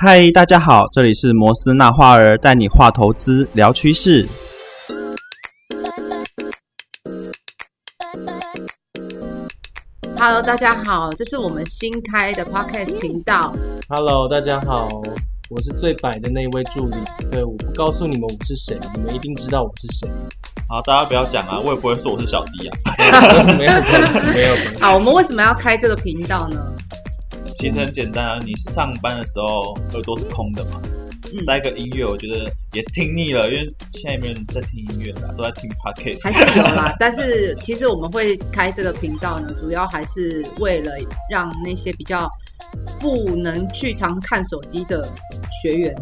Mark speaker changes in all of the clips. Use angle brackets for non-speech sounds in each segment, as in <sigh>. Speaker 1: 嗨，大家好，这里是摩斯那花儿带你画投资聊趋势。
Speaker 2: Hello，大家好，这是我们新开的 Podcast 频道。
Speaker 3: Hello，大家好，我是最白的那一位助理。对，我不告诉你们我是谁，你们一定知道我是谁。
Speaker 1: 好，大家不要讲啊，我也不会说我是小迪啊。
Speaker 3: <laughs> 没有
Speaker 1: <laughs>
Speaker 3: 关系，没有关系。
Speaker 2: 好，啊我们为什么要开这个频道呢？
Speaker 1: 其实很简单啊，你上班的时候耳朵是空的嘛，
Speaker 2: 嗯
Speaker 1: 塞个音乐，我觉得也听腻了，因为现在也没有人在听音乐了，都在听 podcast。
Speaker 2: 还是有啦，但是其实我们会开这个频道呢，主要还是为了让那些比较不能去常看手机的学员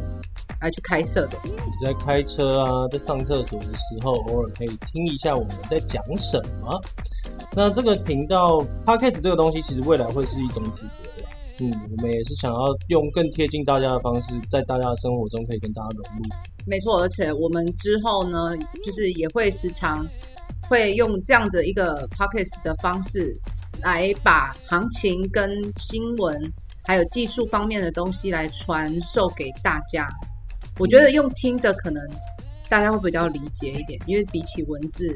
Speaker 2: 来去开设的。
Speaker 3: 你在开车啊，在上厕所的时候，偶尔可以听一下我们在讲什么。那这个频道 Podcast 这个东西，其实未来会是一种主流啦。嗯，我们也是想要用更贴近大家的方式，在大家的生活中可以跟大家融入。
Speaker 2: 没错，而且我们之后呢，就是也会时常会用这样子一个 podcast 的方式，来把行情跟新闻，还有技术方面的东西来传授给大家。我
Speaker 3: 嗯
Speaker 2: 觉得用听的可能大家会比较理解一点，因为比起文字，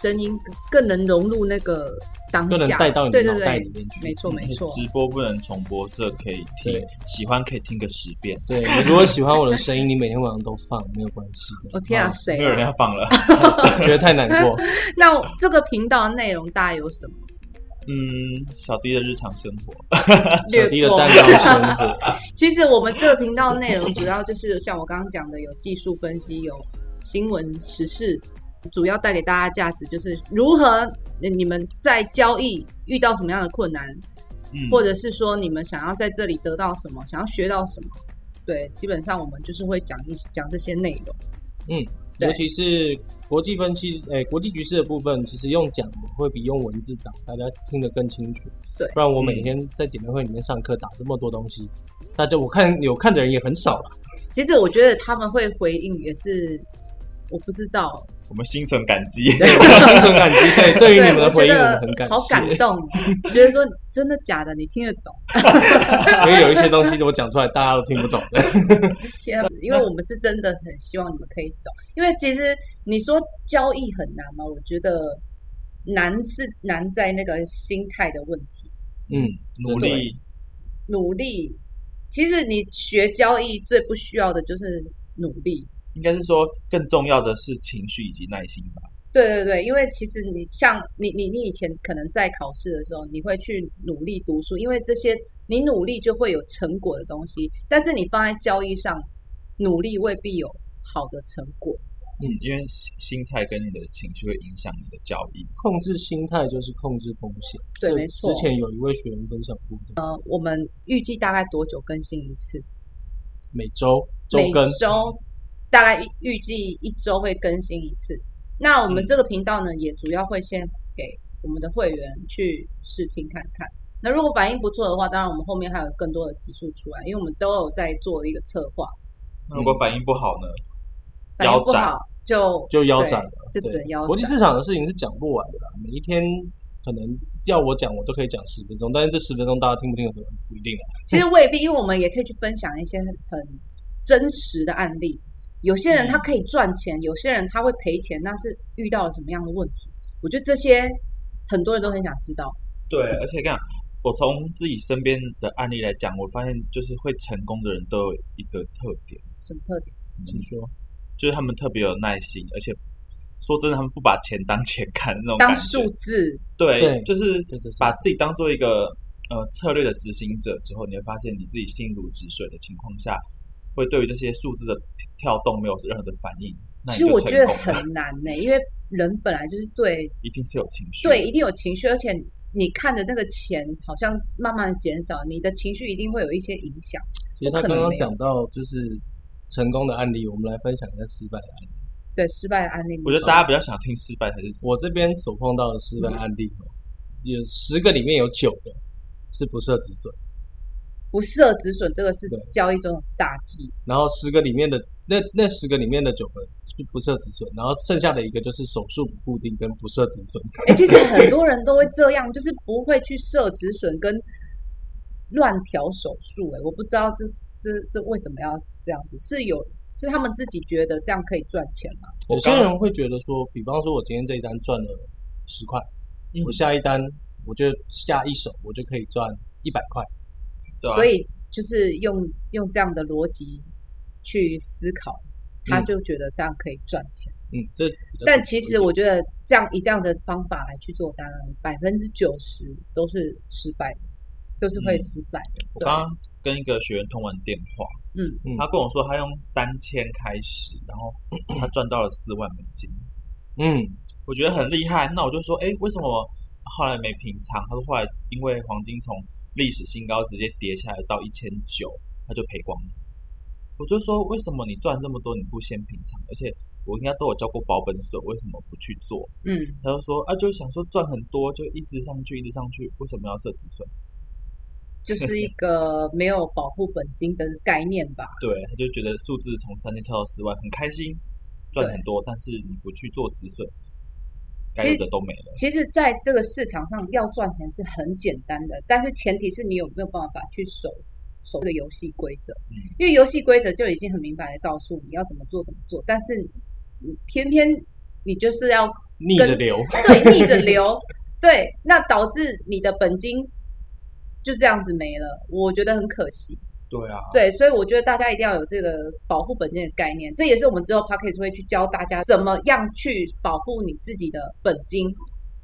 Speaker 2: 声音更能融入那个当
Speaker 3: 更能
Speaker 2: 下，
Speaker 3: 带到你
Speaker 2: 对
Speaker 3: 的
Speaker 2: 对
Speaker 3: 脑袋
Speaker 2: 对
Speaker 3: 里面去，嗯
Speaker 2: 没错没错。
Speaker 1: <laughs> 直播不能重播，这可以听
Speaker 3: 对，
Speaker 1: 喜欢可以听个十遍。
Speaker 3: 对你如果喜欢我的声音，你每天晚上都放，没有关系的。
Speaker 2: <laughs> 我、天啊，
Speaker 3: 啊
Speaker 2: 谁
Speaker 1: 没有人
Speaker 2: 啊、
Speaker 1: 要放了。 <laughs>
Speaker 3: 觉得太难
Speaker 2: <laughs>
Speaker 3: 过。
Speaker 2: 那这个频道的内容大概有什
Speaker 3: <laughs>
Speaker 2: 么？
Speaker 1: 嗯，小迪的日常生活，
Speaker 3: 小弟的蛋糕生活，
Speaker 2: 其实我们这个频道内容主要就是 <laughs> 像我刚刚讲的，有技术分析，有新闻时事，主要带给大家价值就是如何呃你们在交易遇到什么样的困难，
Speaker 1: 嗯，
Speaker 2: 或者是说你们想要在这里得到什么，想要学到什么。对，基本上我们就是会讲一讲这些内容。对
Speaker 3: 尤其是国际分析，诶、国际局势的部分，其实用讲的会比用文字打，大家听得更清楚。
Speaker 2: 对
Speaker 3: 不然我每天在简单会里面上课打这么多东西，大家我看有看的人也很少
Speaker 2: <laughs>
Speaker 3: 了。
Speaker 2: 其实我觉得他们会回应也是，我不知道，
Speaker 1: 我们心存感激。
Speaker 3: 对，我心存感激。
Speaker 2: <laughs>
Speaker 3: 对，对于
Speaker 2: 对
Speaker 3: 你们的
Speaker 2: 我
Speaker 3: 回
Speaker 2: 觉
Speaker 3: 应，我
Speaker 2: 得
Speaker 3: 们很感
Speaker 2: 好
Speaker 3: 谢。
Speaker 2: 感动哦，觉得说真的假的，你听得懂。
Speaker 3: <laughs> 因为有一些东西我讲出来，大家都听
Speaker 2: <laughs>
Speaker 3: 不懂的。
Speaker 2: 天啊，因为我们是真的很希望你们可以懂，因为其实你说交易很难吗？我觉得难是难在那个心态的问题，
Speaker 3: 嗯，
Speaker 1: 努力，
Speaker 2: 努力。其实你学交易最不需要的就是努力。
Speaker 1: 应该是说更重要的是情绪以及耐心吧。
Speaker 2: 对对对，因为其实你像你你你以前可能在考试的时候，你会去努力读书，因为这些你努力就会有成果的东西，但是你放在交易上，努力未必有好的成果。
Speaker 1: 嗯，因为心心态跟你的情绪会影响你的交易。
Speaker 3: 控制心态就是控制风险。
Speaker 2: 对，
Speaker 3: 这
Speaker 2: 没错。
Speaker 3: 之前有一位学员分享过的，
Speaker 2: 我们预计大概多久更新一次？
Speaker 3: 每周周
Speaker 2: 每
Speaker 3: 更。
Speaker 2: 周大概预预计一周会更新一次。那我
Speaker 3: 嗯
Speaker 2: 们这个频道呢，也主要会先给我们的会员去试听看看。那如果反应不错的话，当然我们后面还有更多的集数出来，因为我们都有在做一个策划。
Speaker 1: 那如果反应不好呢？
Speaker 2: 反应
Speaker 1: 腰
Speaker 2: 不
Speaker 1: 斩
Speaker 2: 好就
Speaker 3: 就腰斩了，
Speaker 2: 对就只
Speaker 3: 对
Speaker 2: 能腰斩
Speaker 3: 国际市场的事情是讲不完的啦，每一天可能要我讲，我都可以讲十分钟，但是这十分钟大家听不听得懂不一定啊。
Speaker 2: 其实未必，因为我们也可以去分享一些很很真实的案例。有些人他
Speaker 1: 嗯
Speaker 2: 可以赚钱，有些人他会赔钱，那是遇到了什么样的问题？我觉得这些很多人都很想知道。
Speaker 1: 对，而且跟你讲，我从自己身边的案例来讲，我发现就是会成功的人都有一个特点，
Speaker 2: 什么特点？
Speaker 3: 请说，
Speaker 1: 就是他们特别有耐心，而且说真的，他们不把钱当钱看那种感
Speaker 2: 当
Speaker 1: 觉。
Speaker 2: 数字，
Speaker 1: 对，
Speaker 3: 对
Speaker 1: 就是
Speaker 3: 真的是
Speaker 1: 把自己当做一个呃策略的执行者之后，你会发现你自己心如止水的情况下，会对于这些数字的跳动没有任何的反应，那
Speaker 2: 其
Speaker 1: 你
Speaker 2: 实
Speaker 1: 就
Speaker 2: 我
Speaker 1: 成
Speaker 2: 觉得
Speaker 1: 功了。
Speaker 2: 很难呢、
Speaker 1: <laughs>
Speaker 2: 因为人本来就是对
Speaker 1: 一定是有情绪，
Speaker 2: 对一定有情绪，而且你看的那个钱好像慢慢地减少，你的情绪一定会有一些影响。
Speaker 3: 其实他
Speaker 2: 不可
Speaker 3: 刚
Speaker 2: 能
Speaker 3: 刚
Speaker 2: 没有
Speaker 3: 讲到就是成功的案例，我们来分享一下失败的案例。
Speaker 2: 对失败的案例，
Speaker 1: 我觉得大家比较想听失败才是
Speaker 3: 我这边所碰到的失败案例哦，有十个里面有九个是不设止损，
Speaker 2: 不设止损，这个是
Speaker 3: 对
Speaker 2: 交易中的大忌。
Speaker 3: 然后十个里面的那那十个里面的九个是不设止损，然后剩下的一个就是手术不固定跟不设止损。
Speaker 2: 哎、其实很多人都会这样，就是不会去设止损跟乱调手术，哎，我不知道这这这为什么要这样子，是有是他们自己觉得这样可以赚钱吗？
Speaker 3: 有
Speaker 1: 我
Speaker 3: 些
Speaker 1: 刚
Speaker 3: 人会觉得说，比方说我今天这一单赚了十块，
Speaker 1: 嗯
Speaker 3: 我下一单我就下一手我就可以赚一百块。
Speaker 1: 对啊
Speaker 2: 所以就是用用这样的逻辑去思考，他
Speaker 3: 嗯
Speaker 2: 就觉得这样可以赚钱。
Speaker 3: 嗯，这比较
Speaker 2: 但其实我觉得这样以这样的方法来去做单，百分之九十都是失败的，都是会
Speaker 1: 嗯
Speaker 2: 失败的。
Speaker 1: 我
Speaker 2: 对
Speaker 1: 刚刚跟一个学员通完电话，
Speaker 2: 嗯
Speaker 3: 嗯
Speaker 1: 他跟我说他用三千开始，然后他赚到了四万美金，
Speaker 3: 嗯
Speaker 1: 我觉得很厉害。那我就说，哎，为什么后来没平仓？他说后来因为黄金从历史新高直接跌下来到一千九，他就赔光了。我就说，为什么你赚这么多你不先平仓？而且我应该都有交过保本所，为什么不去做？
Speaker 2: 嗯，
Speaker 1: 他就说啊，就想说赚很多就一直上去，一直上去，为什么要设止损？
Speaker 2: 就是一个没有保护本金的概念吧。
Speaker 1: 对，他就觉得数字从三千跳到四万很开心，赚
Speaker 2: 对
Speaker 1: 很多，但是你不去做止损，该
Speaker 2: 其
Speaker 1: 有
Speaker 2: 实
Speaker 1: 的都没了。
Speaker 2: 其实，在这个市场上要赚钱是很简单的，但是前提是你有没有办法去守守这个游戏规则。
Speaker 1: 嗯
Speaker 2: 因为游戏规则就已经很明白的告诉你要怎么做怎么做，但是你偏偏你就是要
Speaker 3: 逆着流，
Speaker 2: 对逆着流，对，那导致你的本金就这样子没了，我觉得很可惜。
Speaker 1: 对啊，
Speaker 2: 对，所以我觉得大家一定要有这个保护本金的概念，这也是我们之后 p a c k a g e 会去教大家怎么样去保护你自己的本金。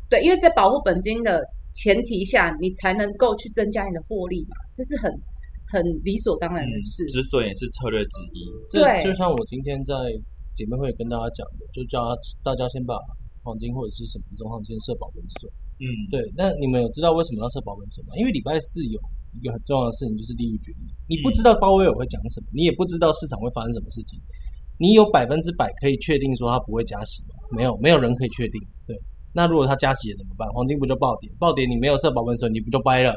Speaker 2: 对，因为在保护本金的前提下，你才能够去增加你的获利嘛，这是很很理所当然的事。
Speaker 1: 嗯止损也是策略之一。
Speaker 3: 这
Speaker 2: 对
Speaker 3: 就像我今天在姐妹会跟大家讲的，就叫他大家先把黄金或者是什么中上先设保本损。
Speaker 1: 嗯，
Speaker 3: 对，那你们有知道为什么要设保本损吗？因为礼拜四有一个很重要的事情就是利率决议，你不知道鲍威尔会讲什么，你也不知道市场会发生什么事情，你有百分之百可以确定说他不会加息吗？没有，没有人可以确定。对，那如果他加息了怎么办？黄金不就暴跌？暴跌你没有设保本损，你不就掰了？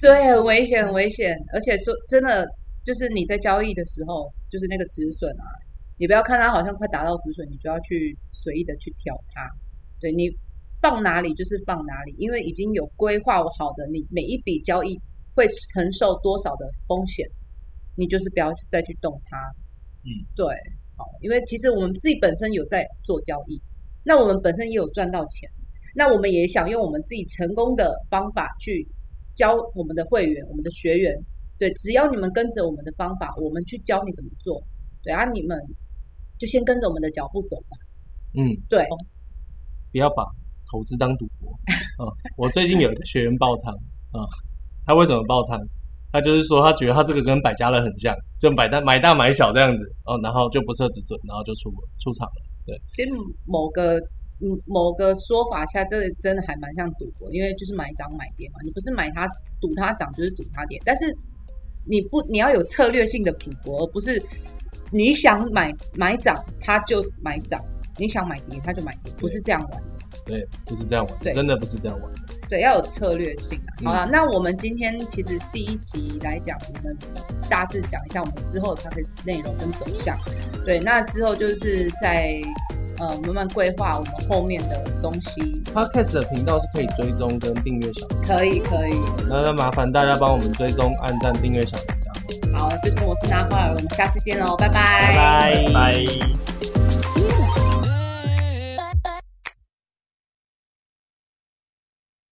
Speaker 2: 对，很危险，很危险。而且说真的，就是你在交易的时候，就是那个止损啊，你不要看它好像快达到止损，你就要去随意的去调它。对你放哪里就是放哪里，因为已经有规划好的，你每一笔交易会承受多少的风险，你就是不要去再去动它。
Speaker 1: 嗯，
Speaker 2: 对，好，因为其实我们自己本身有在做交易，那我们本身也有赚到钱。那我们也想用我们自己成功的方法去教我们的会员、我们的学员。对，只要你们跟着我们的方法，我们去教你怎么做。对啊，你们就先跟着我们的脚步走吧。
Speaker 3: 嗯，
Speaker 2: 对，
Speaker 3: 不要把投资当赌博。 <laughs> 嗯，我最近有一个学员爆仓啊、嗯他为什么爆仓？他就是说他觉得他这个跟百家乐很像，就买大买大买小这样子哦，然后就不设止损，然后就出出场了。对，
Speaker 2: 其实某个嗯某个说法下，这个真的还蛮像赌博，因为就是买涨买跌嘛。你不是买它赌它涨，就是赌它跌。但是你不你要有策略性的赌博，而不是你想买买涨它就买涨，你想买跌它就买跌，不是这样玩的。哦
Speaker 3: 对，不是这样玩，
Speaker 2: 对
Speaker 3: 真的不是这样玩。
Speaker 2: 对，要有策略性啊。好了，那我们今天其实第一集来讲，我们大致讲一下我们之后的 p a c k a g e 内容跟走向。对，那之后就是在呃慢慢规划我们后面的东西。
Speaker 3: Podcast 的频道是可以追踪跟订阅小铃
Speaker 2: 可以，可以。
Speaker 3: 铛，那那麻烦大家帮我们追踪、按赞、订阅小铃铛哦，
Speaker 2: 哦好，就是我是拿花儿，我们下次见喽，拜拜
Speaker 3: 拜拜。
Speaker 1: 拜。